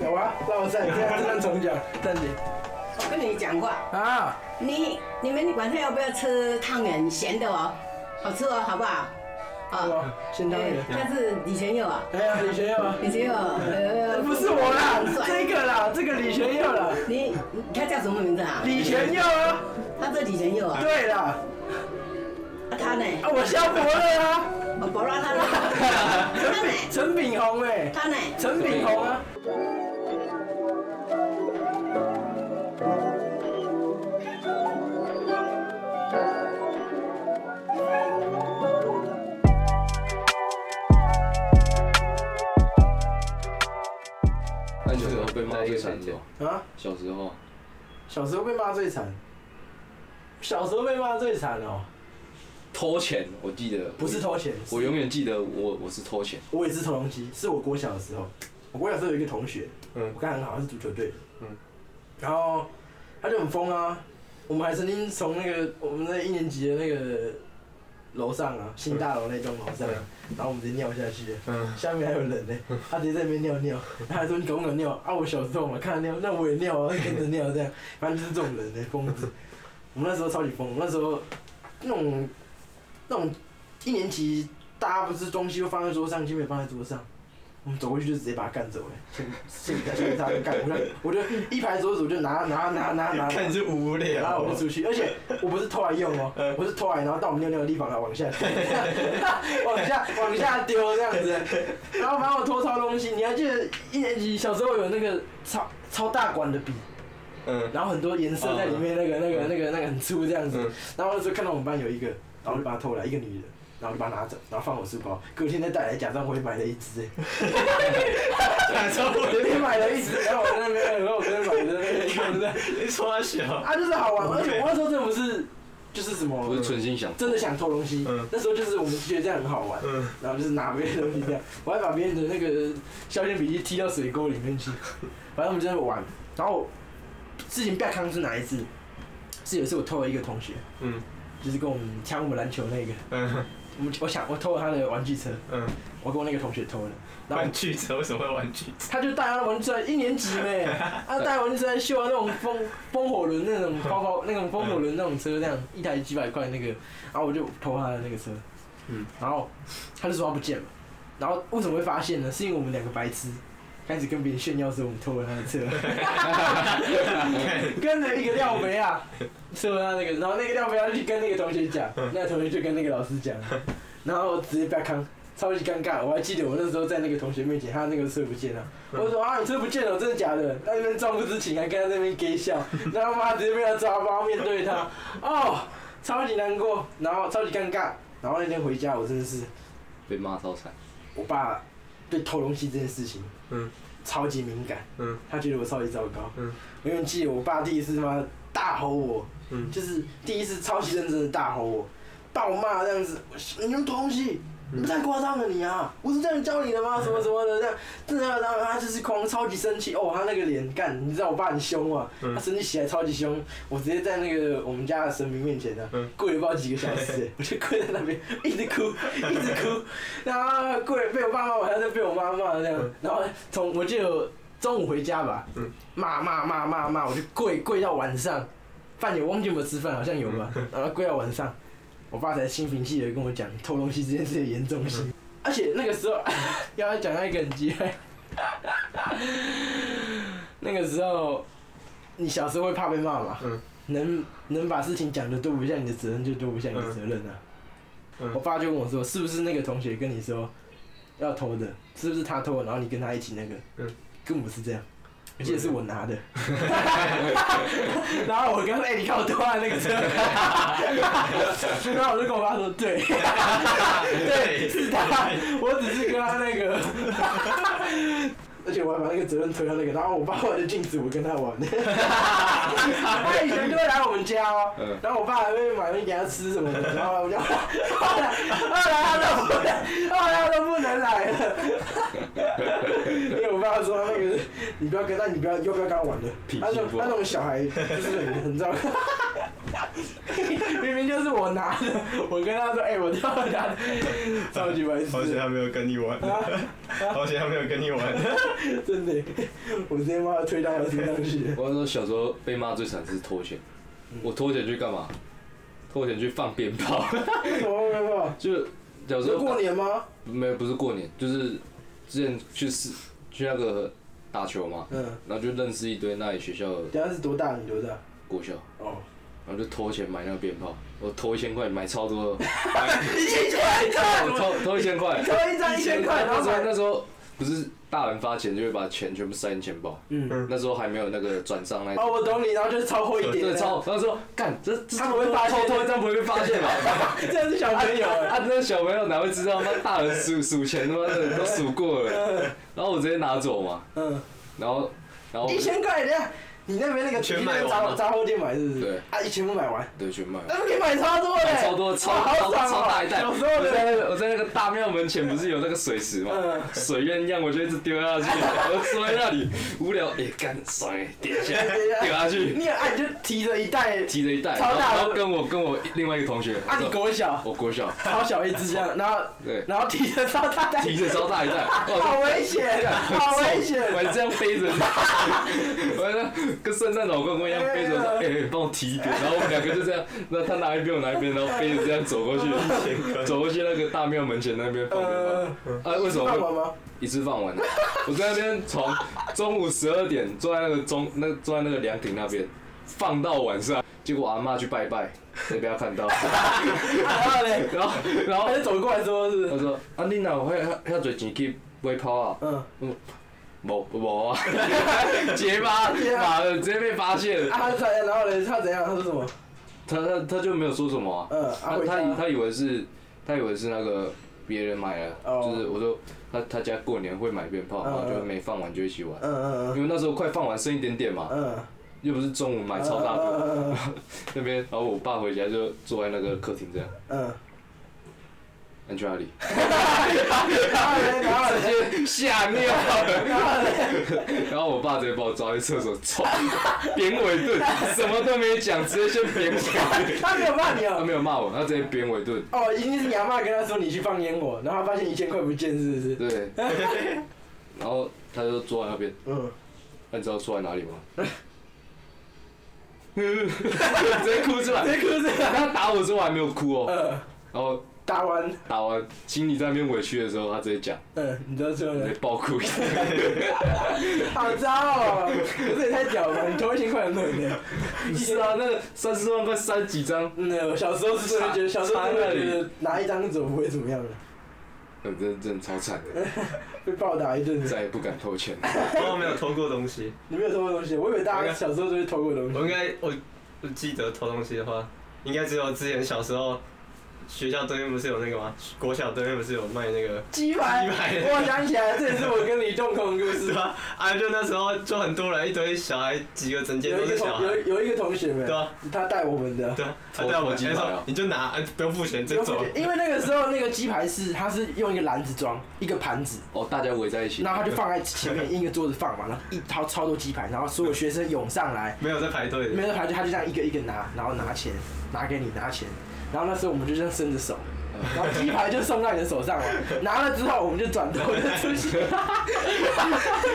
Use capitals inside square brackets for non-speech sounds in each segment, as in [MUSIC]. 有啊，让我再再再重讲，暂停我跟你讲过，啊，你你们晚上要不要吃汤圆？咸的哦，好吃哦，好不好？哇，新汤圆哎，他是李全佑啊，哎呀，李学友啊，李全佑，呃，不是我啦，很帅这个啦，这个李学友啦，你你他叫什么名字啊？李学佑啊，他是李全佑啊，对啦，啊他呢？啊，我萧伯乐啊，我不让他了，他陈呢？炳陈炳宏哎，他呢？陈炳宏啊，那你小时候被骂最惨是什么？啊，小时候，小时候被骂最惨，小时候被骂最惨哦，偷钱，我记得不是，偷钱，我永远记得我我是偷钱，我也是偷东西，是我国小的时候，我国小的时候有一个同学，嗯我跟他很好，他是足球队，嗯嗯，然后他就很疯啊，我们还曾经从那个我们那一年级的那个楼上啊，新大楼那栋楼上啊，然后我们直接尿下去，嗯下面还有人呢、他直接在那边尿尿，他还说你敢不敢尿啊？我小时候嘛，看他尿，那我也尿嗯啊，跟着尿这样，反正就是这种人呢、疯子。我们那时候超级疯，我们那时候那种那种一年级，大家不是东西都放在桌上，基本放在桌上，我们走过去就直接把他干走了、欸，现现现在他就干，我就我就一排桌子我就拿拿拿拿拿，看你是无然后聊我就哦，出去，而且我不是偷来用哦、我是偷来，然后到我们尿尿的地方然后往下丢，往下往下丢这样子。然后反正我偷超东西，你还记得一年级小时候有那个超超大管的笔，嗯然后很多颜色在里面，那个那个那个那个很粗这样子嗯。然后那时候看到我们班有一个，然后我就把它偷来，一个女的。然后我就把它拿走，然后放我书包。隔天再带来，假装我也买了一只、欸，假装我我也买了一只，然后我在那边，然后我在那边买的那个，对不对？你说小，啊，就是好玩，而且我那时候真的不是，就是什么，我是存心想，真的想偷东西。嗯那时候就是我们觉得这样很好玩，嗯然后就是拿别人的东 [LAUGHS] 西这样，我还把别人的那个削铅笔记踢到水沟里面去，反正我们就在玩。然后事情被康是哪一次？是有一次我偷了一个同学，嗯就是跟我们抢我们篮球那个，嗯我们我想我偷了他的玩具车，嗯，我跟我那个同学偷的，然后玩具车为什么会玩具车？他就带他的玩具车，一年级呢，他带玩具车在秀啊那种风风火轮那种包包那种风火轮那种车，这样一台几百块那个，然后我就偷他的那个车，嗯，然后他就说他不见了，然后为什么会发现呢？是因为我们两个白痴。开始跟别人炫耀说我们偷了他的车，跟着一个廖梅啊，偷了他那个，然后那个廖梅啊就去跟那个同学讲，那个同学就跟那个老师讲，然后直接被他坑，超级尴尬。我还记得我那时候在那个同学面前，他那个车不见了，我说啊，你车不见了，真的假的？在那边装不知情，还跟他在那边给笑，然后妈直接被他抓包，面对他，哦，超级难过，然后超级尴尬。然后那天回家，我真的是，被骂超惨，我爸对偷东西这件事情，嗯，超级敏感，嗯，他觉得我超级糟糕，嗯，我永远记得我爸第一次他妈大吼我，嗯就是第一次超级认真的大吼我，暴骂这样子，你们偷东西，嗯你太夸张了你啊！我是这样教你的吗？什么什么的这样，这样然后他就是狂超级生气哦，他那个脸干，你知道我爸很凶啊，嗯他生气起来超级凶，我直接在那个我们家的神明面前呢、啊嗯跪了不知道几个小时、欸，我就跪在那边一直哭一直哭，然后跪被我爸妈骂，还是被我妈骂这样，然后从我记得我中午回家吧嗯，骂骂骂骂骂，我就跪跪到晚上，饭也忘记有没有吃饭，好像有吧，嗯然后跪到晚上，我爸才心平气和地跟我讲偷东西这件事的严重嗯性，而且那个时候 [LAUGHS] 要讲到一个很鸡掰，那个时候你小时候会怕被骂嘛，嗯能能把事情讲的多不像你的责任就多不像你的责任啊。嗯我爸就跟我说，是不是那个同学跟你说要偷的，是不是他偷的，然后你跟他一起那个，嗯根本不是这样。而且是我拿 [LAUGHS] 的，然后我跟他说：“哎、你看我偷他的那 [LAUGHS] 个车。”然后我就跟我爸说：“对， [LAUGHS] 对，是他，我只是跟他那个。”而且我还把那个责任推到那个，然后我爸后来就禁止我跟他 [LAUGHS] 玩。他以前就会来我们家哦，嗯然后我爸还会买东西给他吃什么的，然后我就 [LAUGHS] 后来后来他都不能，后来他都不能来了，因为我爸说那个你不要跟他，你不要又不要跟他玩了，脾气他那种不好他那种小孩就是很很糟糕。明明就是我拿的，我跟他说，哎、我掉了拿的，超级白好险痴，他没有跟你玩，好险他没有跟你玩。真的，我直接妈的推他要推上去，我那时候小时候被骂最惨是偷钱，我偷钱去干嘛？偷钱去放鞭炮， [LAUGHS] 为什么没有办法？就小时是候过年吗？没有不是过年，就是之前去市去那个打球嘛，嗯，然后就认识一堆那里学校的等一下是多大？你多大？国校，哦，然后就偷钱买那个鞭炮，我偷一千块买超多的，一千块，我 [LAUGHS] 偷偷一千块，抽一张一千块，然那后时候买，那时候不是大人发钱就会把钱全部塞进钱包，嗯，那时候还没有那个转账那。哦，我懂你，然后就是超厚一点对，的，超，他说干这这他不会发现偷偷一张不会被发现吧？这样是小朋友哎， [LAUGHS] 啊，那小朋友哪会知道？那大人数数钱，他妈的都数 [LAUGHS] 过了，然后我直接拿走嘛，嗯。然后然后我一千块，等一下你那边那个全你那买个完杂吗杂货店买是不是？对啊，一全部买完，对全卖了。那不可以买超多嘞，超多超哇哎好超爽超大哦！一袋，小我时候在那的，个我在那个大庙门前不是有那个水池吗？嗯，水鸳鸯，我就一直丢下去，我坐在那里无聊，哎、干爽哎、点一下丢下去，你很啊爱你就提着一袋，提着一袋，然超后大的然后跟我跟我另外一个同学，啊，你我说狗小，我国小，超小一只这样，然后对，然后提着超大袋，提着超大一袋，好危险，好危险， [LAUGHS] 我还这样背着，我还这样跟圣诞老公公一样背着，说，哎、哎帮我提一点，然后我们两个就这样，那他拿一边，我拿一边，然后背着这样走过去，走过去那个大庙门前那边放鞭炮。呃，啊，为什么爸爸会吗？一次放完呢？我在那边从中午十二点坐在那个中那坐在那个凉亭那边放到晚上，结果阿妈去拜拜，谁不要 [LAUGHS] 看到，然后嘞，然后然后他就走过来说，是不他是？说啊你哪有遐遐多钱去买炮啊？嗯，无无啊， [LAUGHS] 结巴妈的直接被发现，啊，他怎样？然后嘞，他怎样？他说什么？他他他就没有说什么啊，嗯，啊，他回家他以他以为是他以为是那个别人买了，哦就是我说他他家过年会买鞭炮，嗯然后就没放完就一起玩。嗯嗯因嗯为那时候快放完剩一点点嘛，嗯，又不是中午买超大嗯的嗯嗯那边，然后我爸回家就坐在那个客厅这样，嗯，安全哪里？然后嘞，然后嘞直。接 [LAUGHS] 吓尿，然后嘞然后我爸直接把我抓去厕所冲，扁我一顿，什么都没讲，直接先扁我，他没有骂你他哦、没有骂我，他直接扁我一顿，哦，一定是你阿妈跟他说你去放烟火，然后他发现一千块不见，是不是？对，然后他就坐在那边，嗯，那你知道坐在哪 [LAUGHS] 里吗？直接哭出来，这个是他打我之后还没有哭哦，呃，然后打完，打完心里在那边委屈的时候，他直接讲。嗯，你知道最后呢 [LAUGHS] 直接？爆哭，好糟哦、这也太屌了吧，你投一千块很狠 [LAUGHS] 的。是啊，那个三十万块三几张，嗯，我小时候是真的觉得，小时候真的觉得拿一张纸不会怎么样的，嗯，真的真的超惨的，被暴打一顿。再也不敢偷钱了。我没有偷过东西，你没有偷过东西，我以为 [LAUGHS] 大家小时候都会偷过东我西。应该我我记得偷东西的话，应该只有之前小时候学校对面不是有那个吗？国小对面不是有卖那个鸡鸡排，排的我想起来，这也是我跟李仲孔的故是事。吧？啊，就那时候就很多人，一堆小孩，几个整间有都一个是小同孩有，有一个同学们对，啊，他带我们的，对啊，他偷带我偷鸡接排说啊你就拿，啊不用付钱直接走。因为那个时候那个鸡排是它是用一个篮子装一个盘子，哦，大家围在一起，然后它就放在前面一个桌子放嘛，然后一掏超多鸡排，然后所有学生涌上来，没有在排队没的，有排队，他就这样一个一个拿，然后拿钱拿给你拿钱，嗯然后那时候我们就这样伸着手。然后鸡排就送到你的手上了，拿了之后我们就转头就出去，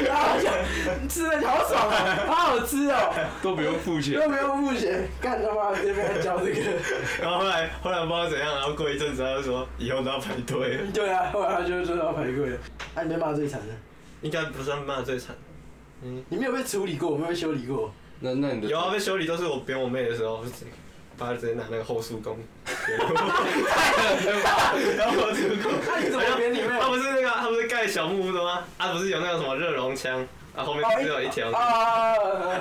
然后就吃的好爽哦，好好吃 [LAUGHS] 哦，都不用付钱又。没有付钱，干他妈的这边教这个。 [LAUGHS] 然后后来后来不知道怎样，然后过一阵子他就说以后都要排队， [LAUGHS] 对啊，后来他就知道排队了。啊，你被骂最惨的，应该不算骂最惨。你没有被处理过，没有被修理过。那那你的有啊，被修理都是我扁我妹的时候，我就直接把她直接拿那个后束弓，然后后束弓，那、你怎么扁你妹？哎他不是那个他不是盖小木屋的吗？啊，不是有那个什么热熔枪，啊后面只有一条，啊哎啊，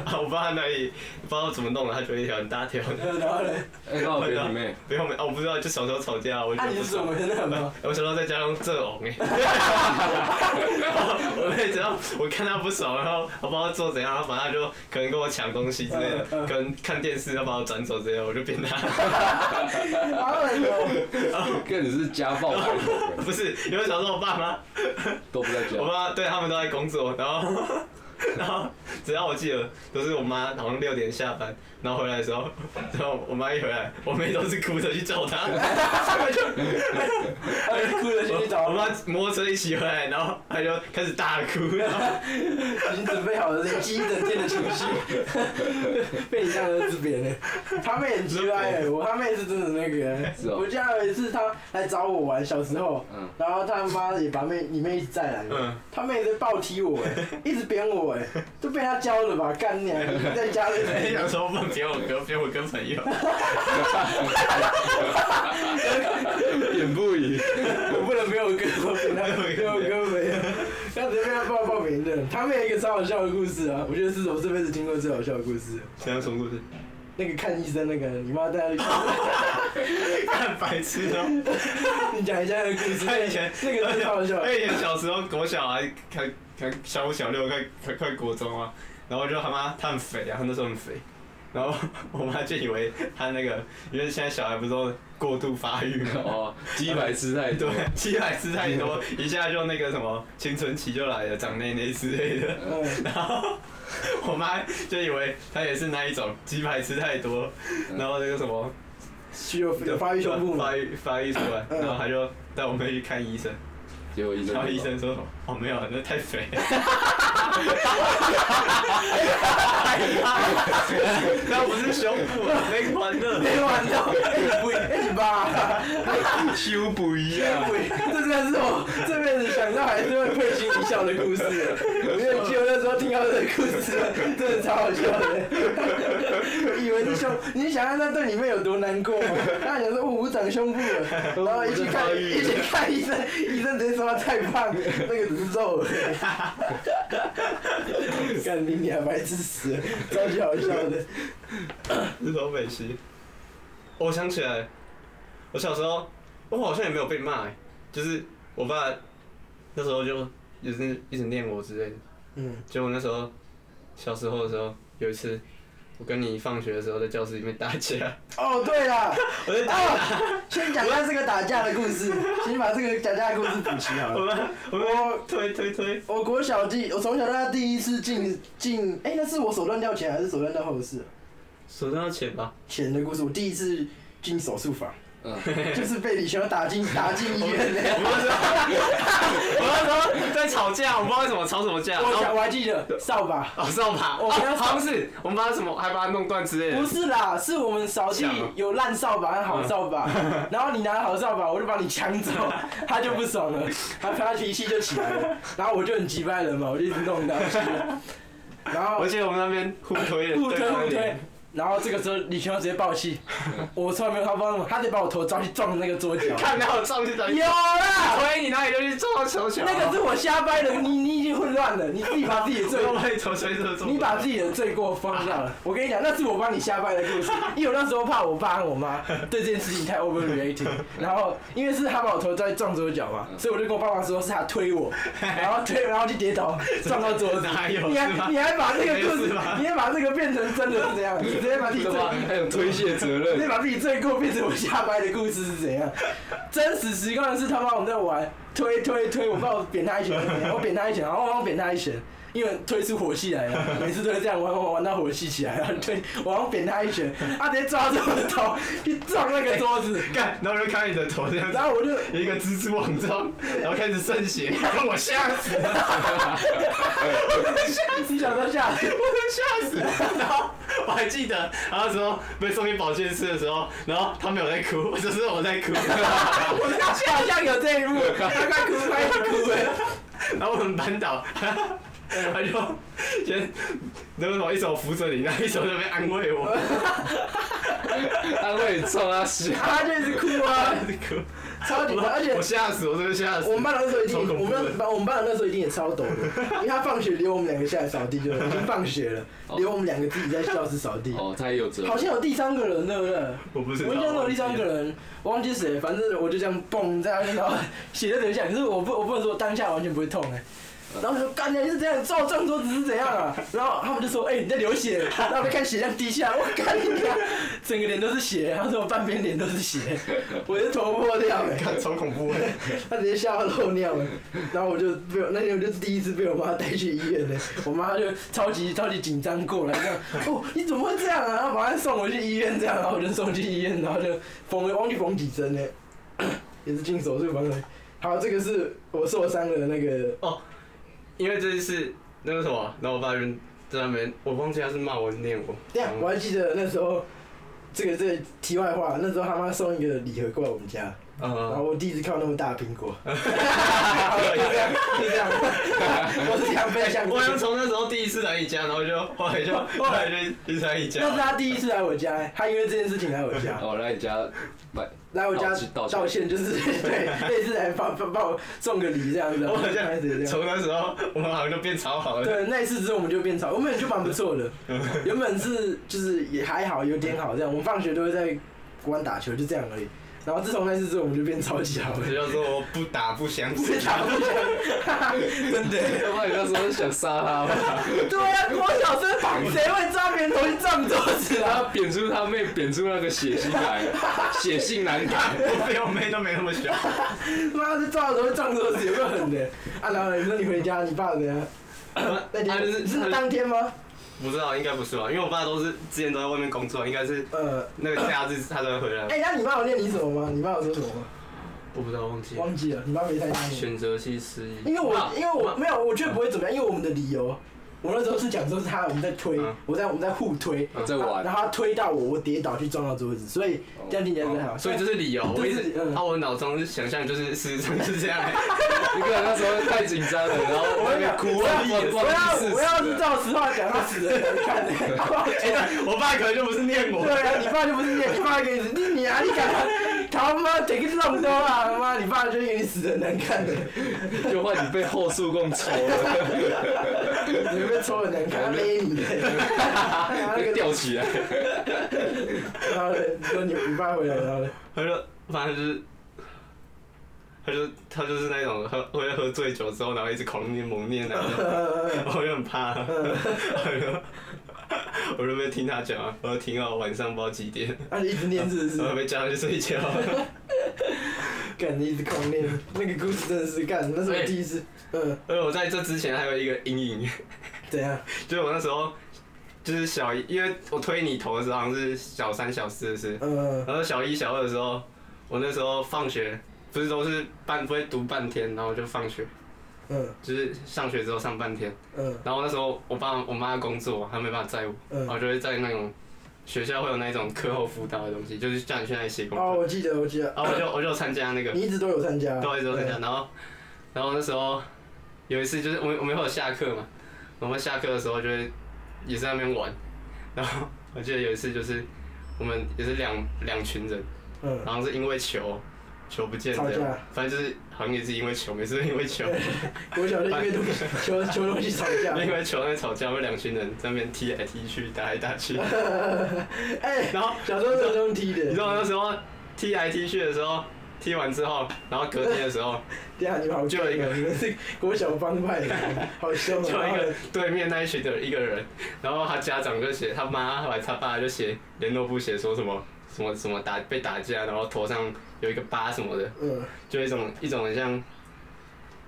[LAUGHS] 我不知道他那里不知道怎么弄的，他觉得一条很大条，然后嘞，哎，那我给你妹，不用没，哦我不知道，就小时候吵架，我觉那、得啊你不是怎爽。么真的 [LAUGHS] 很吗？我小时候在家用这偶哎， [LAUGHS] 我妹只要我看她不爽，然后我不知道做怎样，然后反正她就可能跟我抢东西之类的，可能看电视要把我转走之类的，我就扁她。 [LAUGHS] 然后嘞，哦跟你是家暴还是什么不是，因为小时候我爸妈，都不在我家，爸对他们都在工作，然后 [LAUGHS] 然后只要我记得都是我妈好像六点下班，然后回来的时候，然后我妈一回来，我妹都是哭着去找她，我就他就哭着先去我找妈摩托车一起回来，然后她就开始大哭，然后 [LAUGHS] 已经准备好了累积一整天的情绪， [LAUGHS] 被你这样儿子扁了。他妹很奇怪、欸，我他妹是真的那个、是哦我记得有一次他来找我玩，小时候，嗯然后他妈也把妹你妹一起带来嘛，嗯，他妹在暴踢我、欸，一直扁我、欸，都被他教了吧，干你、啊，你在家里 [LAUGHS] 很想说放给我哥，给我跟朋友，演不赢，我不能没有歌，我给他没有啊歌没有，要怎么样报报名的？他们有一个超好笑的故事啊，我觉得是我这辈子听过最好笑的故事。想要什么故 [LAUGHS] 事？那个看医生那个，你妈带他去看，看白痴 [LAUGHS] 哦，你讲一下哎那个故事。他以前那个真的超好 [LAUGHS] 笑他。以前小时候国小啊，看看小五小六快快快国中啊，然后就他妈他很肥啊，他那时候很肥，然后我妈就以为他那个，因为现在小孩不是都过度发育嘛， [LAUGHS] 哦，鸡排吃太多 [LAUGHS] 对，，鸡奶吃太多，一下就那个什么青春期就来了，长内内之类的。嗯， [LAUGHS] 然后我妈就以为她也是那一种鸡排吃太多，嗯然后那个什么需要发育胸部嘛发？育发育出来，嗯然后她就带我妹去看医生，结果医生然后医生说什么哦没有，那太肥了。那不是胸部，没管的， [LAUGHS] 没玩到，哎 [LAUGHS] 不一吧？修不一样，对，这真的是我这辈子想到还是会会心一笑的故事。因为记得那时候听到这个故事，真的超好笑的。以为是胸，你想象那对你妹有多难过吗？她想说，哦，我长胸部了，然后一起看，一起看医生，医生直接说她太胖，那个只是肉而已。干你娘，白痴死了，超级好笑的。是什么美食？我想起来，我小时候我好像也没有被骂、欸，就是我爸那时候就也是一直念我之类的。嗯，就我那时候小时候的时候，有一次我跟你放学的时候在教室里面打架，哦，对了。我在打，啊！先讲一下这个打架的故事，先把这个打架的故事补齐好我了。们我们我推推推，我国小第，我从小到大第一次进进，哎、那是我手断掉前还是手断掉后的事？手上要钱吧，前的故事，我第一次进手术房，嗯，就是被李雄打进打进 [LAUGHS] 医院的。我那时候在吵架，我不知道为什么吵什么架，我然想后我还记得扫把，哦扫把，我哦们要好像是我们把什么还把它弄断之类不的，是啦，是我们扫地抢啊嗯有烂扫把和好扫把，然后你拿好扫把，我就把你抢走，他就不爽了，他他脾气就起来了，然后我就很急败人嘛，我就一直弄他，然后而且我们那边互推的，互推对方互推脸，然后这个时候李全耀直接爆 [LAUGHS] 气，我从来没有他帮什么，他得把我头抓去撞那个桌角。看到我撞去打，有啦，推你，然后你就去撞球球，那个是我瞎掰的，你你已经混乱了，你自己把自己的罪，我把你头摔折中，你把自己的罪过放大了。我跟你讲，那是我帮你瞎掰的故事，因为我那时候怕我爸和我妈对这件事情太 overreacting，然后因为是他把我头抓去撞桌角嘛，所以我就跟我爸妈说是他推我，然后推然后就跌 [LAUGHS] 倒撞到桌子。哪有你是吧还你？还把这没个有故是事吧，哎你还把这个变成真的是这样，你直接把自己他罪妈还有推卸责任你，把自己罪过变成我瞎掰的故事是怎 [LAUGHS] 样？真实习惯是他妈我们在玩推推推，我不知道我扁他一 [LAUGHS] 拳，我扁他一拳，然后我扁他一拳，因为推出火气来了，每次都是这样玩玩玩到火气起来，然后推我好像扁他一拳，他直接抓着我的头去撞那个桌子，干，然后就看你的头这样子然。后我 [LAUGHS] 就有一个蜘蛛网状，然后开始渗血，我吓死了，你想到下去， [LAUGHS] 我吓死了。然后我还记得，然后那时候被送进保健室的时候，然后他没有在哭，只是我在哭。 [LAUGHS] 我好像有这一幕，他快哭快哭了。然后我们班导， [LAUGHS] 他就先那个什么一手扶着你，然后一手在那边安 [LAUGHS] 慰我，安慰撞他笑，他就一直哭啊，哭，超级而且我吓死，我真的吓死。 [LAUGHS] 我们班长那时候一定，超恐怖我的们班我们班长那时候一定也超 [LAUGHS] 抖的，因为他放学留我们两个下来扫地就已经放学了，留我们两个自己在教室扫地。哦，他也有责好任，像有第三个人，对不对？我不知道我印象中有第三个人，我忘记谁，反正我就这样蹦在那边，然后血就流下来。可是我不，我不能说当下完全不会痛哎、然后我就说干你是这样，照这样说只是怎样啊？然后他们就说，哎、你在流血，然后我就看血量滴下来，我干你娘，整个脸都是血，然后说我半边脸都是血，我的头破掉了，看超恐怖的， [LAUGHS] 他直接吓到漏尿了，然后我就被我那天我就是第一次被我妈带去医院的，我妈就超级超级紧张过来这样，哦你怎么会这样啊？然后马上送我去医院这样，然后我就送去医院，然后就缝了忘记缝几针呢，也是进手术房的。好，这个是我受伤的那个哦因为这是那个什么，然后我爸就在那边，我忘记他是骂我念我，对啊，我还记得那时候，这个这个题外话，那时候他妈送一个礼盒过来我们家，然后嗯，我第一次看到那么大的苹果，就这样，就这样， [LAUGHS] 我是想分享。我好像从那时候第一次来你家，然后就后来就 [LAUGHS] 后来就一直来你那是家，他第一次来我家、他因为这件事情来我家， [LAUGHS] 哦，来你家买，来我家道歉道歉，就是 [LAUGHS] 对，类似来帮帮帮我送个礼这样 [LAUGHS] 子，我好像开始这样。从那时候我们好像就变超好了，对，那一次之后我们就变吵，我们就蛮不错 [LAUGHS] 的。原本是就是也还好，有点好这样。我们放学都会在国安打球，就这样而已。然后自从那次之后，我们就变超级好我 [LAUGHS] 了。 [LAUGHS] 就说我不打不相识，打不响，真的。 [LAUGHS] 要不然你那时候想杀他吧，对啊，国小生谁会抓别人头去撞桌子然啊？后扁出他妹，扁出那个血性 [LAUGHS] 来，血性难改。我比我妹都没那么小，妈的，抓头会撞桌子有没有狠的？啊，然后呢你说你回家，你爸怎样？那他啊就天是是他就当天吗？不知道应该不是吧，因为我爸都是之前都在外面工作，应该是呃，那个假日他才会回来，哎，那你妈有念你什么吗？你妈有说什么吗？我不知道忘记了忘记了，你妈没太听。选择性失忆，因为我啊因为我没有，我觉得不会怎么样，因为我们的理由，我那时候是讲说是他我们在推嗯，我在我们在互推，啊我在玩然，后他推到我，我跌倒去撞到桌子，所以这样听起来真的还好。哦所以这是理由，这我一是直嗯啊，我脑中是想象就是事实上是这样， [LAUGHS] 你看那时候太紧张了，然后我那跟你边讲，哭，我要我忘忘记要我要事是实了。照实话讲，他死了你看 [LAUGHS] 的。哎那我爸可能就不是念 [LAUGHS] 我对，啊，你爸就不是你，你爸给你死，你你啊，你敢他妈得个弄多啊，他妈你爸就给你死的难看的，就换你被后数共抽了，你 [LAUGHS] 被抽的难看，他勒你的，然后被吊起来。然后说你你爸回来，然后呢他就反正就是。他就他就是那种喝会喝醉酒之后，然后一直狂念猛念然后呃。我就很怕，我就我就没听他讲啊，我就听到晚上不知道几点，啊，你一直念是不是然？后被叫他去睡觉。干，你一直狂念，那个故事真的是干，那是我第一次，嗯，而我在这之前还有一个阴影，怎样？就是我那时候就是小一，因为我推你头的时候好像是小三小四的事，嗯，然后小一小二的时候，我那时候放学不是都是半不会读半天，然后就放学，嗯，就是上学之后上半天。嗯，然后那时候我爸我妈工作，她没办法载我，嗯然后就会在那种学校会有那种课后辅导的东西，就是叫你去那里写功课。哦，我记嗯得，我记得，然后我就我就参加那个，你一直都有参加，对，之后嗯参加。然后然后那时候有一次就是我们我们会有下课嘛，我们下课的时候就会也在那边玩。然后我记得有一次就是我们也是两两群人。嗯，然后是因为球，球不见吵这架样，反正就是好像也是因为球，每次都因为球，我小时候因为东西求求东西吵架， [LAUGHS] 因为球在吵架，我们两群人在那边踢来踢去，打来 [LAUGHS] 打去。哎，然后小时候都是用踢你知的，道那时候踢来踢去的时候，踢完之后，然后隔天的时候，对啊，你们好，就有一个你们是国小帮派的，好凶就有一啊个，对面那一群的一个人，然后他家长就写他妈，后来他爸就写联络部写说什么什么什么打被打架，然后头上有一个疤什么的，嗯，就一种一种很像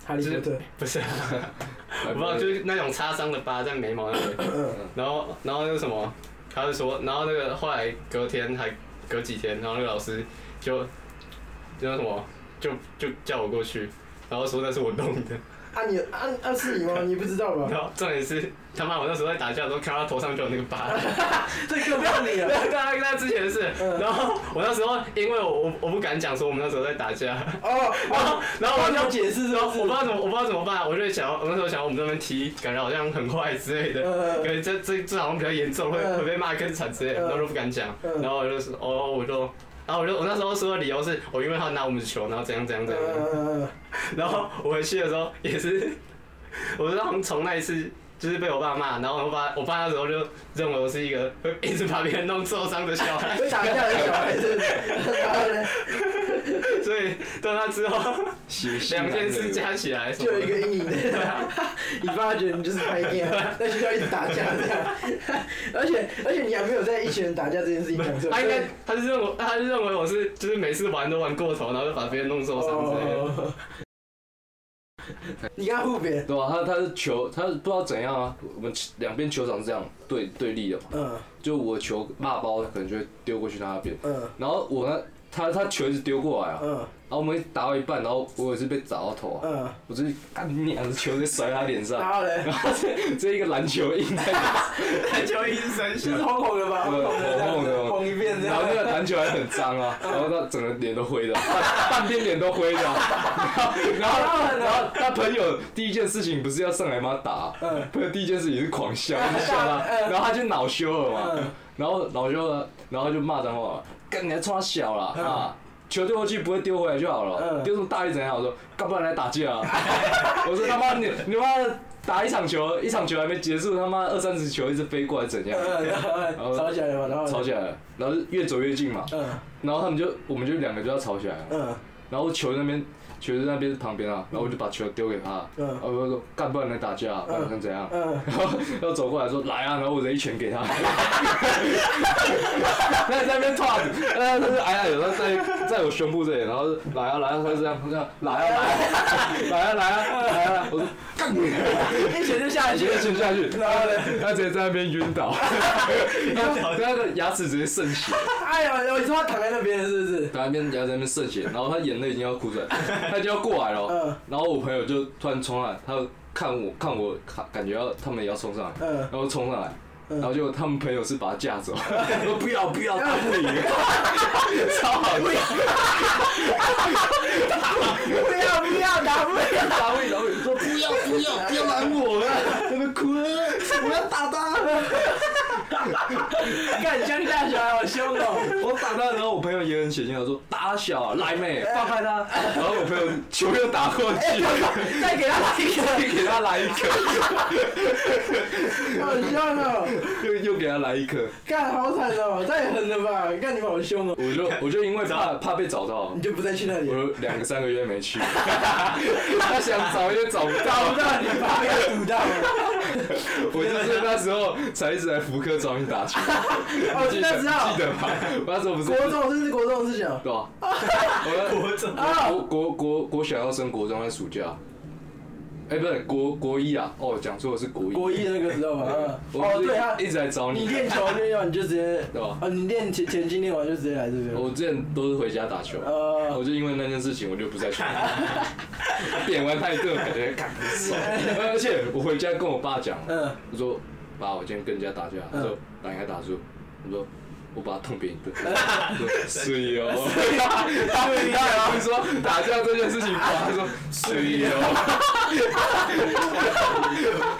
哈利波特，不是，我不知道就是那种擦伤的疤在眉毛那里。嗯，然后然后那个什么，他就说，然后那个后来隔天还隔几天，然后那个老师就就那什么，就就叫我过去，然后说那是我弄的。啊你啊啊是你吗？你不知道吧？然后重点是他妈，我那时候在打架的时候看到他头上就有那个疤， [LAUGHS] 这个不要你对了，啊，那之前的事。嗯然后我那时候因为我我我不敢讲说我们那时候在打架，哦，然后然后我要就。解释然后哦，我不知道怎么，我不知道怎么办，我就想要，我那时候想要我们这边踢，感觉好像很坏之类的。呃，对，这这这好像比较严重，会嗯会被骂更惨之类的，嗯然后就不敢讲。嗯然后我就说，哦，我就，然后我就我那时候说的理由是哦我因为他拿我们的球，然后怎样怎样怎样。呃，然后我回去的时候也是，我是好像从那一次就是被我爸骂，然后我爸我爸那时候就认为我是一个会一直把别人弄受伤的小孩， [LAUGHS] 会打架的小孩子，然后呢？所以到他之后， [LAUGHS] 血性两件事男人加起来，就有一个阴影在，你爸觉得你就是拍电啊，在学校一直打架这样，而且而且你还没有在一群人打架这件事情讲出来， [LAUGHS] 他应该他是认为他是认为我是就是每次玩都玩过头，然后就把别人弄受伤之类的。哦，你跟他互别，对吧、他他是球，他不知道怎样啊。我们两边球场是这样对对立的嘛，嗯就我球骂包，可能就会丢过去他那边，嗯然后我呢，他他球一直丢过来啊，嗯然后我们打到一半，然后我也是被砸到头啊，嗯，我直接干你娘的球直接甩他脸上， [LAUGHS] 然后嘞，然后这这一个篮球印在，篮球一直生就效是，红红的吧，红红的这样子，红一遍这然样后，那个篮球还很 [LAUGHS] 脏啊，然后他整个脸都灰的，半半边脸都灰的 [LAUGHS] 啊，然后然后然后他朋友第一件事情不是要上来帮他打啊，嗯朋友第一件事也是狂笑，一直笑他，然后他就恼羞了嘛嗯，然后恼羞了，然后就骂脏话，干你还冲他小啦啊！球丢过去不会丢回来就好了，嗯丢这么大力怎样？我说，干不然来打 [LAUGHS] 架啊！我说他妈你你妈打一场球，一场球还没结束，他妈二三十球一直飞过来怎样？嗯，吵起来了嘛，然后吵起来了，然后就越走越近嘛，嗯然后他们就我们就两个就要吵起来了，嗯然后球那边球在那边旁边啊，然后我就把球丢给他，嗯然后我就说干不然来打架、啊，不然想怎样？嗯， [LAUGHS] 然后要走过来说来啊，然后我就一拳给他，那在那边跨，呃，他就哎呀，有他在在我胸部这里，然后就来啊来啊，他就这样他这样来啊 [LAUGHS] 来啊来啊来啊来啊来啊，我说干你，一拳就下直去接，拳下去， [LAUGHS] 然后嘞，他直接在那边 [LAUGHS] 晕倒，他他的牙齿直接渗血。哎呀，你说他躺在那边是不是？他那边牙在那边渗血，然后他眼泪已经要哭 [LAUGHS] 出来，他就要过来了嗯哦。然后我朋友就突然冲上来，他看我看我看感觉要他们也要冲上来，嗯然后冲上来，嗯然后就他们朋友是把他架 [LAUGHS] 走，说不要不要，他不 [LAUGHS] 赢，超好笑，不要不要打不要，打位老远说不要不要不要拦我啊，他们哭了，我要打他，干乡下小孩好凶哦。 [LAUGHS] 我打他，然后我朋友也很血腥，他说打小啊来妹放开他，然后我朋友球又打过去，再 [LAUGHS] 给他来一个，又给他来一颗，好凶哦！ [LAUGHS] 又又给他来一颗。干好惨哦，太狠了吧！干你们好凶哦，我 [LAUGHS] 就我就因为怕怕被找到你，就不再去那里我，有两个三个月没去， [LAUGHS] 他想找也找不找到不，到你 [LAUGHS] 爸被堵到了。我就是那时候才一直来福科找你打 [LAUGHS] 球，哦，记现得在知道记，得吧？ [LAUGHS] 我那时候不是国中这是国中的事情哦。对 [LAUGHS] 吧？我我怎么啊，国国国国小要升国中在暑假，哎，不是国国一啊，哦，讲错了是国一，国一那个时候嘛，嗯我哦，不是对他，一直来找你你，练球那样你就直接，对吧？哦，你练前前期练完就直接来这边。我之前都是回家打球，呃我，就因为那件事情，我就不 [LAUGHS] 再去。点完派对，感觉干不爽。而且我回家跟我爸讲，嗯，我说爸，我今天跟人家打架，他嗯说打赢还打输，我说我把他痛扁一顿，他说嗯睡哦，他 [LAUGHS] 他不是说打架这件事情，他说睡哦，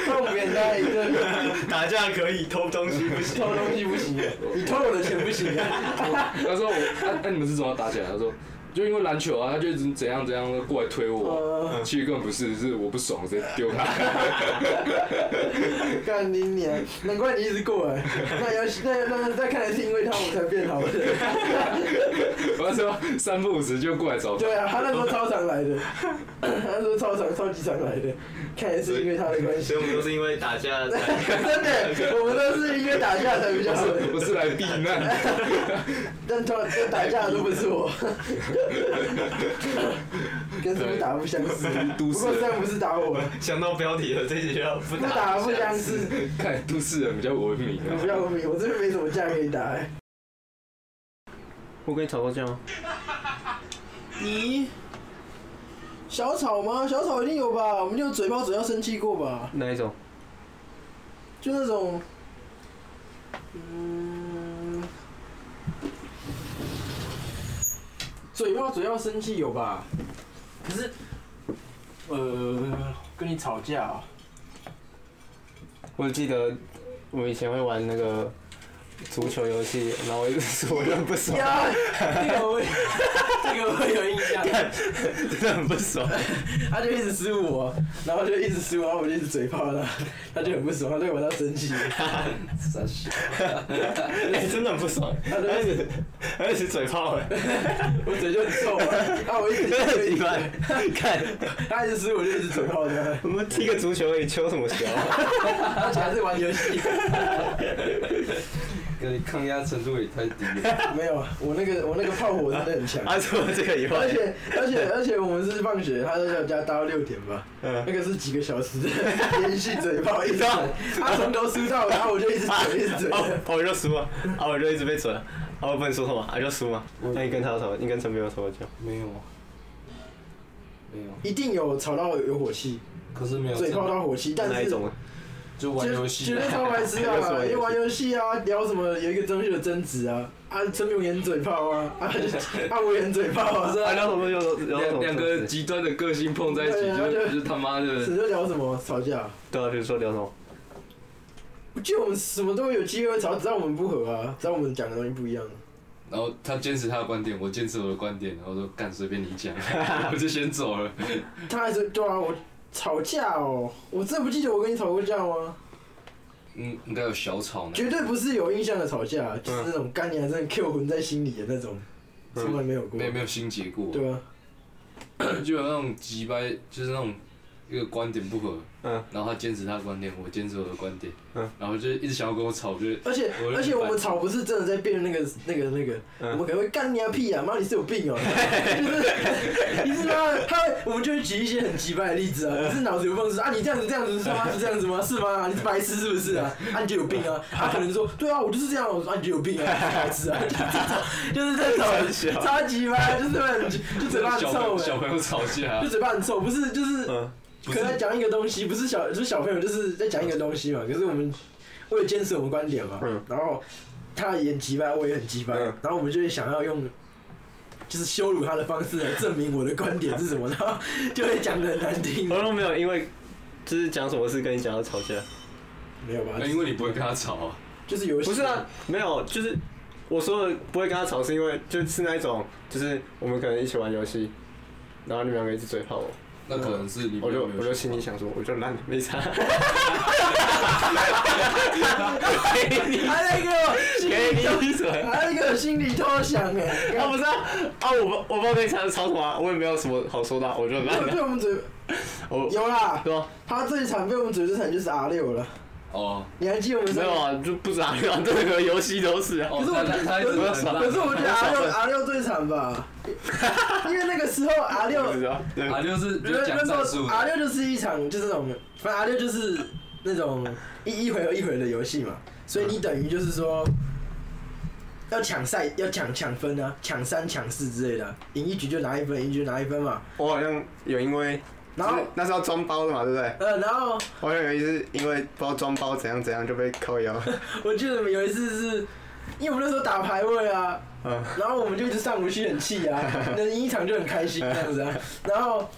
痛扁他一顿， [LAUGHS] 打架可以，偷东西不行。偷东西不行，你偷我的钱不行啊。他说我那那你们是怎么打起来？他说。就因为篮球啊，他就一直怎样怎样地过来推我，嗯其实根本不是，是我不爽，我直接丢他。 [LAUGHS] 干你娘！难怪你一直过来，那要那那那看来是因为他我才变 [LAUGHS] 好的。我那时候三不五时就过来找他。对啊，他那时候超常来的， [LAUGHS] 他那时候超常超级常来的，看来是因为他的关系 [LAUGHS] [LAUGHS] 所。以我们都是因为打架才 [LAUGHS] 真的，我们都是因为打架才比较好的， [LAUGHS] 我是来避难的，但突然但打架的都不是 [LAUGHS] 我，跟什么打不相识。都不市过人三不是打我，想到标题了，这集要不不打不相 [LAUGHS] 相识。看都市人比较文明你不啊。要文明，我这边没什么架可以打、哎我跟你吵过架吗？你小吵吗？小吵一定有吧？我们就嘴炮嘴要生气过吧？哪一种？就那种，嗯，嘴炮嘴要生气有吧？可是，呃，跟你吵架、啊，我记得我以前会玩那个足球游戏，然后我就我就很不爽，呀，哎这个我这个我有印象，真的很不爽。 [LAUGHS] 他就一直输我，然后就一直输，然后我就一直嘴炮他，他就很不爽，他对我到生气，傻笑。哎、真的很不爽，哎他就一直而且嘴 [LAUGHS] 炮哎、我嘴就很臭 [LAUGHS] 啊，啊我一直真的很奇他怪。看，他一直输我就一直嘴炮他，我们踢个足球而已，球什么球？[LAUGHS] 啊而且还是玩游戏，跟你抗压程度也太低了。没有，我那个我那个炮火真的很强。啊，除了这个以而外，且而且而且我们是放学，他在我家待到六点吧，嗯那个是几个小时的连续嘴炮，一直嘴他从头输到尾，然后我就一直嘴一直嘴， [LAUGHS] 哦，我就输了，啊，我就一直被嘴，啊，我不能说什么，啊，就输嘛。嗯那你跟他有什么？你跟陈斌有什么交？没有啊，没有，一定有吵到有火气，可是没有嘴炮到火气，但哪一是。种？啊就玩游绝戏啊对超白痴又是玩游啊！戏因为玩游戏啊，聊什么有一个中学的争执啊，啊，陈明演嘴炮啊，啊，啊，我演嘴炮 [LAUGHS] 啊，啊，聊什么？有什么？两两个极端的个性碰在一起，对啊就就就是他妈的只是聊什么吵架，对啊，比如说聊什么？我觉得我们什么都有机会吵，只要我们不合啊，只要我们讲的东西不一样。然后他坚持他的观点，我坚持我的观点，然后说干随便 [LAUGHS] 你讲，我就先走了。他还是对啊，我吵架哦，我真的不记得我跟你吵过架吗？嗯，应该有小吵呢。绝对不是有印象的吵架，就是那种干你还真的 Q 魂在心里的那种，嗯从来没有过没。有没有新结果，对啊，就有那种急掰，就是那种一个观点不合，嗯，然后他坚持他的观点，我坚持我的观点，嗯，然后就一直想要跟我吵，我就而且我就而且我们吵不是真的在辩论那个那个那个，嗯我们可能会干你啊屁啊，妈你是有病哦、 [LAUGHS] 就是你知道吗他我们就会举一些很奇怪的例子啊，你是脑子有风湿啊？你这样子这样子是吗？是这样子吗？是吗？你是白痴是不是啊？啊你就有病啊？他、可能说对啊，我就是这样，我说啊你就有病啊，你是白痴啊， [LAUGHS] 就是这种就是这种超级吧，就是很就嘴巴很小朋臭友欸小朋友吵架就，嘴巴很臭，不是就是嗯，不可是能在讲一个东西，不是小，就是小朋友，就是在讲一个东西嘛。可是我们为了坚持我们观点嘛，嗯然后他也很鸡掰，我也很鸡掰，嗯然后我们就会想要用就是羞辱他的方式来证明我的观点是什么，然 [LAUGHS] 后就会讲的很难听。我都没有，因为就是讲什么事跟你讲到吵架。没有吧？那哎因为你不会跟他吵啊，就是游戏，嗯不是啊，，没有，就是我说的不会跟他吵，是因为就是那一种，就是我们可能一起玩游戏，然后你们两个一直嘴炮我，那可能是你我就没有我就心里想说，我就烂，没差。还有一个给你一嘴。还有一个心里偷想哎、 [LAUGHS] 啊不是啊，啊我不我不知道跟你吵吵什么、啊，我也没有什么好说的啊、我就烂被了。被我们嘴我有啦，对吧？他最惨被我们嘴最惨就是 R 六了，哦你还记得我们没上有啊，就不知道啊，这个游戏都是啊。哦，可是我他他他一直可是很烂可是我觉得 R 六 R 六最惨吧， [LAUGHS] 因为那个时候 R 六不，知道，对，啊就是那就是那讲战时术啊候啊的， R 六就是一场就是那种，反正 R 六就是那种一一回合一回合的游戏嘛，所以你等于就是说要抢赛，要抢抢分啊，抢三抢四之类的，啊赢一局就拿一分，赢一局就拿一分嘛，我好像有因为，然后就是那时候装包的嘛，对不对？呃，然后我好像有一次因为包装包怎样怎样就被扣腰， [LAUGHS] 我记得有一次是，因为我们那时候打排位啊，嗯然后我们就一直上不去，很气 [LAUGHS] 啊，能赢一场就很开心这样子啊。然后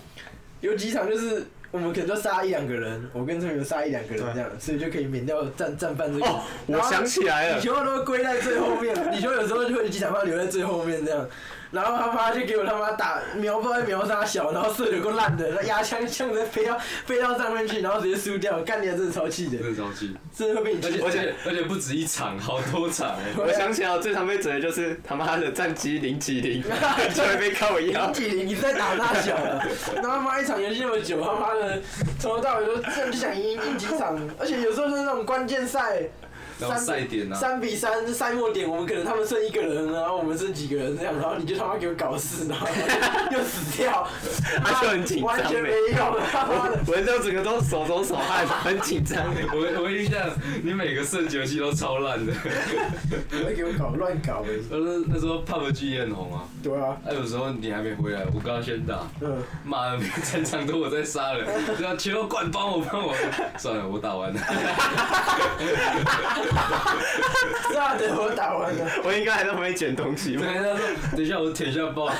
有几场就是我们可能就杀一两个人，我跟陈宇杀一两个人这样，所以就可以免掉战战犯这个。嗯哦，我然后想起来李了，球都归在最后面，李球有时候就会几场他留在最后面这样，然后他妈就给我他妈打瞄不知道在瞄啥小，然后射有够烂的，那压枪枪的飞到飞到上面去，然后直接输掉，干你还真的超气的真，嗯的着 [LAUGHS] 急，真的会被你而气且死。而且而且不止一场，好多场哎，我想起来我最常被嘴的就是他妈的战机零几 [LAUGHS] 零就会被扣腰林，启林，你在打大小了，然后他妈一场游戏那么久，他妈的从头到尾都就想赢赢几场，而且有时候是那种关键赛，然后三赛点啊，三比三赛末点，我们可能他们剩一个人，然后我们剩几个人这样，然后你就他妈给我搞事，然后又死掉，他就很紧张完全没欸。用，他妈的。我就整个都手抖手汗，很紧张。我我印象你每个射球戏都超烂的， [LAUGHS] 会给我搞乱搞呗，那那时候 PUBG 也很红啊，对啊，哎有时候你还没回来，我刚刚先打，嗯，妈的，整场都我在杀人，对啊，球管帮我帮我，算了，我打完了， [LAUGHS] 那等我打完了，我应该还在旁边捡东西对，吧？他说等一下我舔一下 [LAUGHS] 包，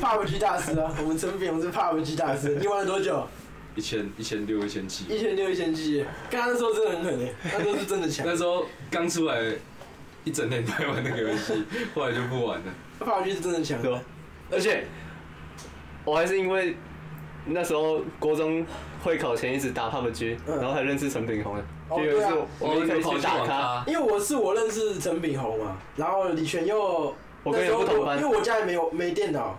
帕布 G 大师啊，我们陈炳宏是帕布 G 大师，你玩了多久？一千一千六一千七，一千六一千七，刚刚那时候真的很狠诶，那时候是真的强。那时候刚出来一整天都在玩那个游戏，后来就不玩了。法律是真的强，对吧啊而且我还是因为那时候国中会考前一直打 PUBG，、嗯然后才认识陈炳宏的。哦就有一对次啊我们一就起去打他，他，因为我是我认识陈炳宏嘛，然后李全又我跟那你时候不同班因为我家里没有没电脑，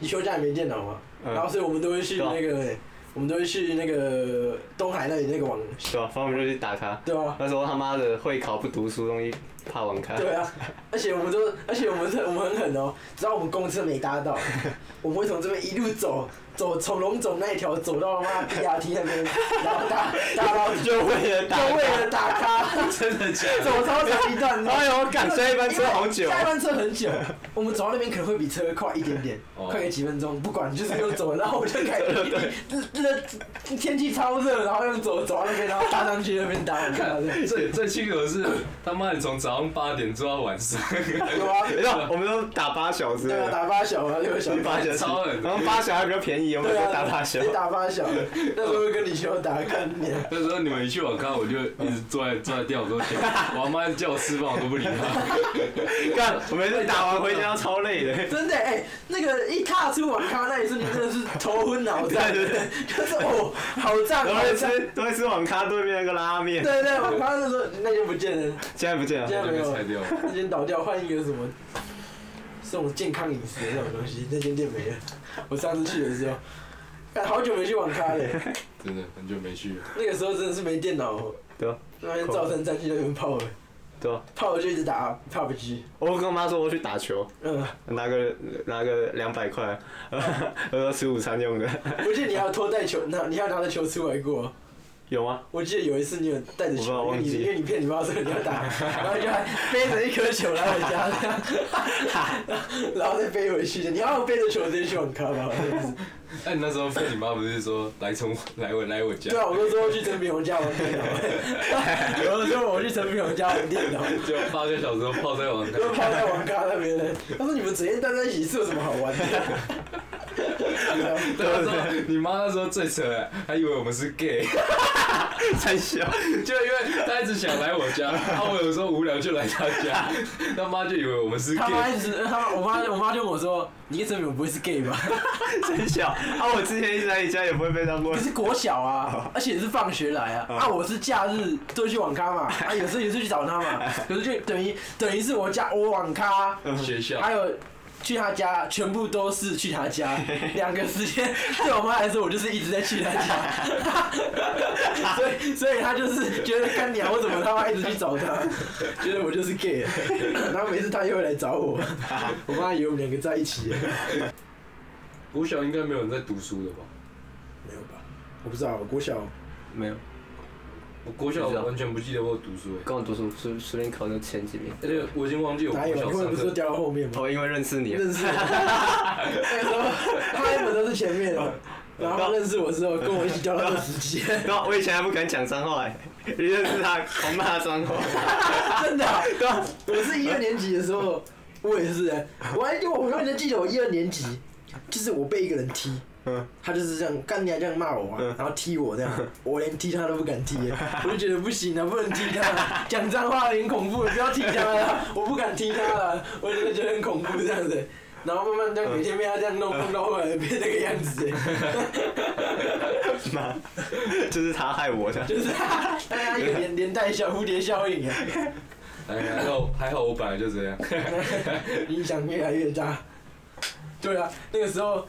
李全家里没电脑嘛，嗯然后所以我们都会去对啊那个，我们都会去那个东海那里那个网，对吧、反正我们就去打他。对吧？那时候他妈的会考不读书，容易怕网咖。对啊，而且我们都，而且我们是，我们很狠哦、只要我们公车没搭 [LAUGHS] 到，我们会从这边一路走，走从龙总那一条走到妈 BRT 那边，然后搭搭到， [LAUGHS] [LAUGHS] 就为了打就为他。了打卡，真的假的？走超长一段路。哎呦，我赶下一班车好久下一班车很久，我们走到那边可能会比车快一点点，哦快个几分钟，不管就是用走，然后我就开始，那天气超热，然后用走走到那边，然后搭上去那边搭，我看到这，最最清楚的是，他妈的从早上八点做到晚上，有啊，没有，我们都打八小时对啊，了，打八小啊，六个小时，八小时超狠，然后八小还比较便宜，我们对就啊，打八小你。打发小，那时候会跟李秋打干你啊。那时候你们一去网咖，我就一直坐在坐在电脑桌前，我妈叫我吃饭，我都不理她。干，我们是打完回家超累 [LAUGHS] 的。真的哎、那个一踏出网咖那一瞬间，真的是头昏脑胀，对对就是哦，好胀，都好会胀。吃，都会吃网咖对面那个拉面，对对，网咖那时候那就不见了，现在不见现在了。就没被有裁了，掉了。那间倒掉，换一个什么，这种健康饮食的那种东西，那间店没了。我上次去的时候，哎，好久没去网咖了，真的很久没去了。那个时候真的是没电脑、哦，对啊，那边照三战去那边泡了，对啊，泡了就一直打 PUBG，我跟我妈说我去打球，嗯。拿个拿个两百块，啊 [LAUGHS] 我说吃午餐用的， [LAUGHS] 我记得你还有偷带球，拿你还有拿着球出来过。有吗？我记得有一次你有带着我球，忘因为记你因为你骗你妈说你要 [LAUGHS] 打，然后就还背着一颗球来我家，然后再背回去的。你要背着球直接去网咖吧？哎，你那时候被你妈不是说来从来我来我家对，啊，我就说去陈炳宏家玩电脑，有的时候我去陈炳宏家玩电脑，就八个小时泡在网咖。都泡在网咖那边了。他说你们整天待在一起是有什么好玩的？对对，你妈那时候最扯了，还以为我们是 gay，太小， [LAUGHS] 就因为她一直想来我家，然后我有时候无聊就来她家， [LAUGHS] 她妈就以为我们是他妈 gay。一直他妈我妈我妈就跟我说，你跟陈炳宏不会是 gay 吧？真小。啊，我之前一直在你家也不会被当过可。是国小啊，而且是放学来啊，啊，我是假日都去网咖嘛，啊，有时候也是去找他嘛，可是就等于等于是我家我网咖，学校还有去他家，全部都是去他 [LAUGHS] 家，两个时间对我妈来说，我就是一直在去他 [LAUGHS] 家，所以所以她就是觉得干啊娘，我怎么他妈一直去找他，觉得我就是 gay，了然后每次她又会来找 [LAUGHS] 我，我妈以为我们两个在一起，国小应该没有人在读书的吧？没有吧？我不知道，我国小没有，我国小完全不记得我有读书哎，跟我读书随随便考就前几名。而且我已经忘记我哪国有？小你们上不是都课。哦掉到后面吗？我哦因为认识你，认识我，那个时候他原本都是前哦面的，然后他认识我之后，跟我一起掉到二十级，对啊，我以前还不敢讲脏话哎，一认识他狂骂脏话。真的啊、对啊，我是一二年级的时候，我也是、欸，我还就我永远都记得我一二年级，就是我被一个人踢，嗯他就是这样干你还这样骂我、啊嗯，然后踢我这样，我连踢他都不敢 [LAUGHS] 踢、欸，我就觉得不行啊，不能踢他、啊，讲脏话很恐怖，不要踢他了、 [LAUGHS] 我不敢踢他了、我真的觉得很恐怖这样子、然后慢慢这样每天被他这样弄，弄到后来变那个样 [LAUGHS] 子、 [LAUGHS] 欸。妈，就是他害我的。就是 [LAUGHS] 大家一个连连带效蝴蝶效应啊，哎，还好还好，我本来就这样。 [LAUGHS] 影响越来越大。对啊，那个时候，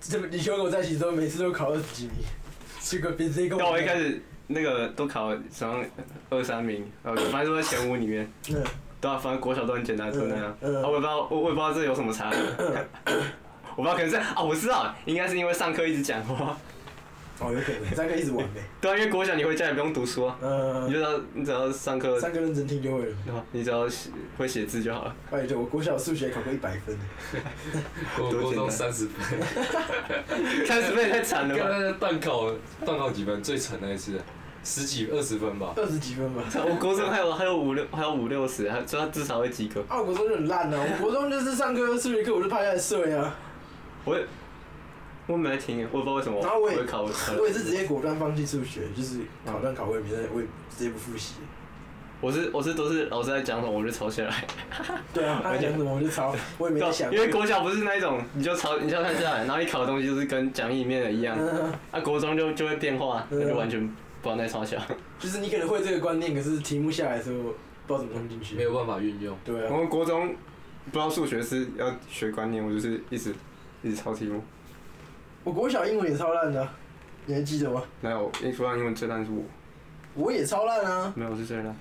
这李修跟我在一起之后，每次都考二十几名，这个比谁跟那我一开始，始那个都考上二三名，呃，反正都在前五里面。嗯，对啊，反正国小都很简单，就那样。啊，嗯嗯我也不知道，我我也不知道这有什 [COUGHS] 么差别。我不知道，可能是啊，我知道，应该是因为上课一直讲话。哦，有可能三个一直 [LAUGHS] 玩呗，对啊，因为国小你回家也不用读书啊，你嗯，就只要你只要上课，三个认真听就会了。对吧？你只要写会写字就好了。哎，对，我国小数学考过一百分，我多国简中单三十分，三十分也太惨了刚吧！刚断考断考几分？最惨那一次，十几二十分吧。二十几分吧。我国中还有还有五六还有五六十，还所以他至少会及格。啊，我国中就很烂啊，我国中就是上课数学课我就趴下来睡啊，我我没听，我不知道为什么。然后我也考，我也是直，接果断放弃数学，就是考段考我也没在，我也直接不复习。我是我是都是老师在讲什么我就抄下来。对啊，他讲什么我就抄，我也没在想。啊因为国小不是那一种，你就抄，你就看下来，然后你考的东西就是跟讲义里面的一样，嗯啊，国中就就会变化，嗯那就完全不知道在抄小。就是你可能会这个观念，可是题目下来的时候不知道怎么弄进去。没有办法运用。对我啊，们国中不知道数学是要学观念，我就是一直一直抄题目。我国小英文也超烂的啊，你还记得吗？没有，英数英文最烂是我，我也超烂啊， [LAUGHS] 没有我是最烂。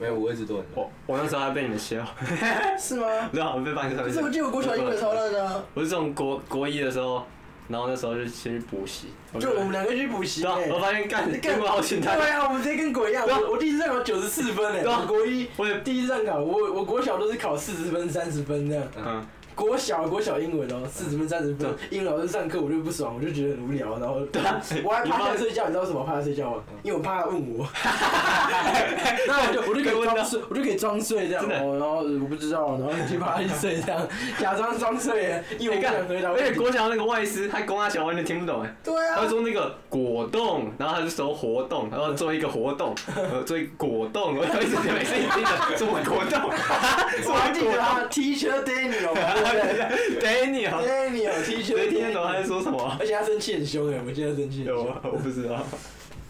没有，我一直都很烂。我我那时候还被你们笑， [LAUGHS] 是吗？然后我被班上。可是我记得我国小英文超烂的啊， [LAUGHS] 我是从国国一的时候，然后那时候就先去补习，就我们两个去补习对啊，欸我发现干英文好简单，对啊，我们直接跟鬼一样，对啊我我第一次段考九十四分诶，欸对啊我国一我也第一次段考，我我国小都是考四十分、三十分这样。嗯，国小国小英文哦，四十分三十分，英文老师上课我就不爽，我就觉得很无聊，然 [LAUGHS] 后啊我还趴下来睡觉，你知道为什么我趴下睡觉吗？嗯因为我怕他问 [LAUGHS] 我， [LAUGHS] 那我就我就可以装睡，我就可以装睡这样，真的哦，然后我不知道，然后就趴下去睡这样， [LAUGHS] 假装装睡，因为我不想回答而问且题。哎国小那个外师，他公阿小完全听不懂哎，对啊他，说那个果冻，然后他就说活动，然后做一个活 [LAUGHS] 动，呃，做一个果冻，我一直每次听着什么果冻，[LAUGHS] 什我还么记果得啊冻他 Teacher Daniel，嘛对不 [LAUGHS] 对，Daniel， ？Daniel Teacher 谁听得懂他在 Daniel，说什么？而且他生气很凶哎，我记得他生气很有啊凶。吗？我不知道，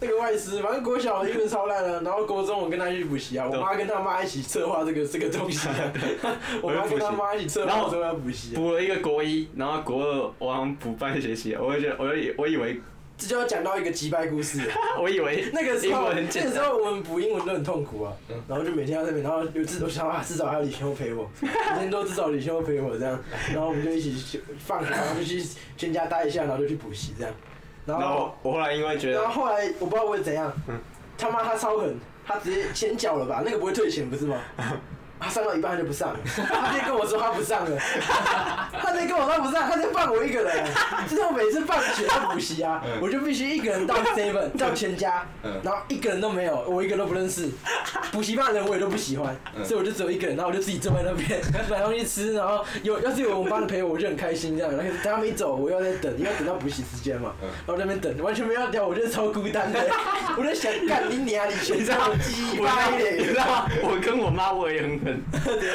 那个外师，反正国小英文超烂了，然后国中我跟他去补习啊，我对妈跟他妈一起策划这个这个东西啊， [LAUGHS] 我妈跟他妈一起策划说要补习啊，补了一个国一，然后国二我好像补半个学期，啊我就觉得我以我以为这就要讲到一个击败故事了。我以为那个时英候，文那很简个单嗯时候我们补英文都很痛苦啊，然后就每天要在那边，然后有至我想啊，至少还有李修陪我，每天都至少李修陪我这样，然后我们就一起去放学，然后就去全家待一下，然后就去补习这样，然然后后嗯我后来因为觉然得后后来我不知道我怎样，他妈他超狠，他直接先缴了吧，那个不会退钱不是吗？ [LAUGHS] 他上到一半他就不上了，他直接跟我说他不上了， [LAUGHS] 他直接跟我说他不上，他在放我一个人。就是我每次放学要补习啊，嗯我就必须一个 [LAUGHS] 人到 seven 到全家，然后一个人都没有，我一个都不认识，补习班的人我也都不喜欢，嗯所以我就只有一个人，然后我就自己坐在那 [LAUGHS] 边买东西吃，然后有要是有我们班的陪我，我就很开心这样。然后他们一走，我又在等，因为要等到补习时间嗯嘛，然后在那边等，完全没有要聊，我觉得超孤单 [LAUGHS] 的，我在想干你娘，你全你知家道，我鸡知巴道，你嘞知，道吗，我跟我妈我也很狠。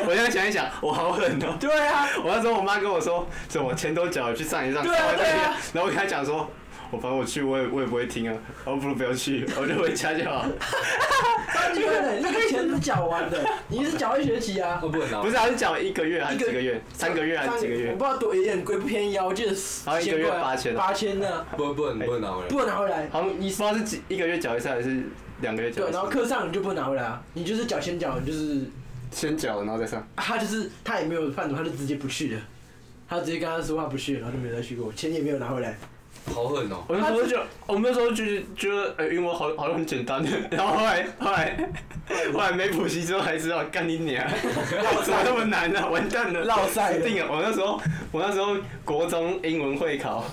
我现在想一想，我好狠哦、啊对啊。我那时候我妈跟我说，什么钱都缴了，去上一上，对啊上完再去对啊然后我跟她讲说，我反正我去，我也我也不会听啊，我不如不要去，我就回家就 [LAUGHS] 好。你们那个钱是缴完 [LAUGHS] 的，你是缴一学期啊会，不会拿？不是，还是缴一个月还是几个月？三个月还啊是几个我月？不知道多也很贵，不便宜啊，我记得好像一个月八千啊八千呢，不能不能不能拿回来。不能拿回来。好像你不知道是几一个月缴一次还是两个月缴对，一次然后？课上你就不能拿回来啊，你就是缴先缴，你就是先缴然后再上。他就是他也没有判读，他就直接不去了，他直接跟他说他不去了，然后就没有再去过，钱也没有拿回来。好狠 [LAUGHS] 哦！我那时候就，呃我那时候就觉得，哎、英文好好像很简单的，然后后来后来后来没补习之后才知道，干你 [LAUGHS] 娘，怎么那么难呢、啊？完蛋了，落赛了定了。我那时候我那时候国中英文会考，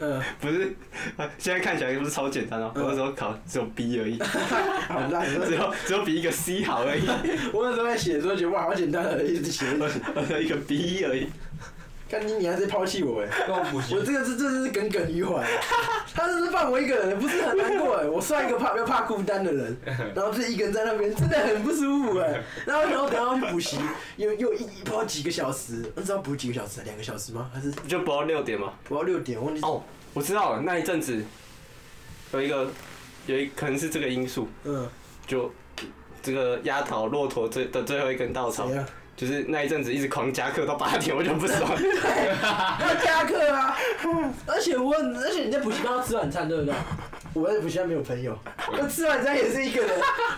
嗯，不是，呃现在看起来不是超简单哦、嗯我那时候考只有 B 而已，好 [LAUGHS] 烂。只有只有比 [LAUGHS] 一个 C 好而已，我那时候在写的时候觉得哇，好简单的，一直写。我只有一个 B 而已。看你，你还在抛弃我哎！那我补习我这个是真的是耿耿于怀，啊 [LAUGHS] 他这是放我一个人，不是很难过哎。我算一个怕又怕孤单的人，然后自己一个人在那边，真的很不舒服哎。然后然后等到去补习，又又一不知道几个小时，不知道补几个小时，啊两个小时吗？还是就不到六点嘛。我要六点？我忘记哦，我知道了，那一阵子有一个有一可能是这个因素。嗯，就这个压倒骆驼最的最后一根稻草谁，呀？啊就是那一阵子一直狂加课到八点，我就不 [LAUGHS] 爽。 [LAUGHS] 要加课啊！而且我，而且你在补习班要吃晚餐，对不对？我在补习班没有朋友，我吃晚餐也是一个人，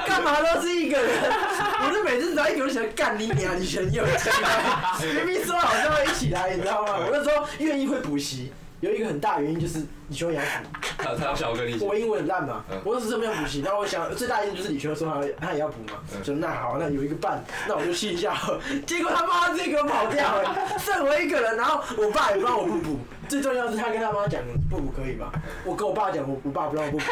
干嘛都是一 [LAUGHS] 个人。我就每次只要一个人想干你娘，你全有起来， [LAUGHS] 明明说好是要一起来，你知道吗？我那时候愿意会补习，有一个很大原因就是李修养补，他他要想要跟你一起我英文很烂嘛嗯，我那时候没有补习，然后我想最大原因就是李修说他他也要补嘛，就那好，那有一个伴，那我就去一下好了，结果他妈直接给我跑掉了，剩我一个人，然后我爸也不让我不补，最重要的是他跟他妈讲不补可以吧？我跟我爸讲，我我爸不让我不补，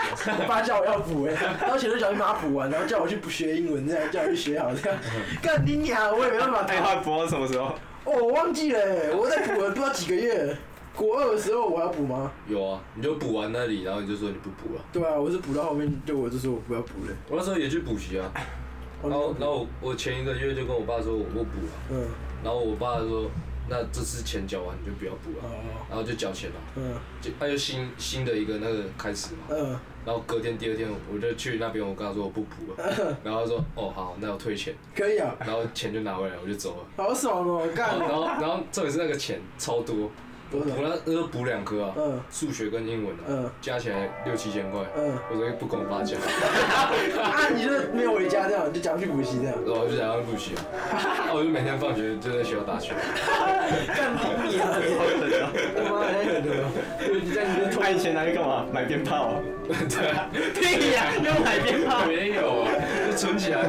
我爸叫我要补哎、然后钱都想去把它补完，然后叫我去补学英文，这样叫我去学好这样，干你娘，我也没办法哎，谈。 [LAUGHS] 他播到什么时候？哦，我忘记了欸，我在补了不知道几个月了。国二的时候我要补吗？有啊，你就补完那里，然后你就说你不补了。对啊，我是补到后面，对我就说我不要补了。我那时候也去补 [COUGHS] 习啊，哦然后然后我我前一个月就跟我爸说我不补了，嗯，然后我爸说那这次钱缴完你就不要补了，哦，然后就缴钱了，嗯就那就新新的一个那个开始嘛。嗯，然后隔天第二天我就去那边，我跟他说我不补 [COUGHS] 了，然后他说哦好，那我退钱，可以啊，然后钱就拿回来，我就走了。 [COUGHS] 好爽哦，干然，后然后重点是那个钱超多，多我少？那那时候补两科啊，嗯数学跟英文啊，嗯加起来六七千块，嗯，我昨天不跟我爸讲，啊，你就是没有回家这样，就讲去补习这样，然后我就想要补习，然后我就每天放学就在学校打球， [LAUGHS] 干 [LAUGHS] 你啊！他妈的，太狠了！你在你的那你钱拿去干嘛？买鞭炮啊？ [LAUGHS] 对啊，屁呀，又买鞭炮。没有啊，就存起来，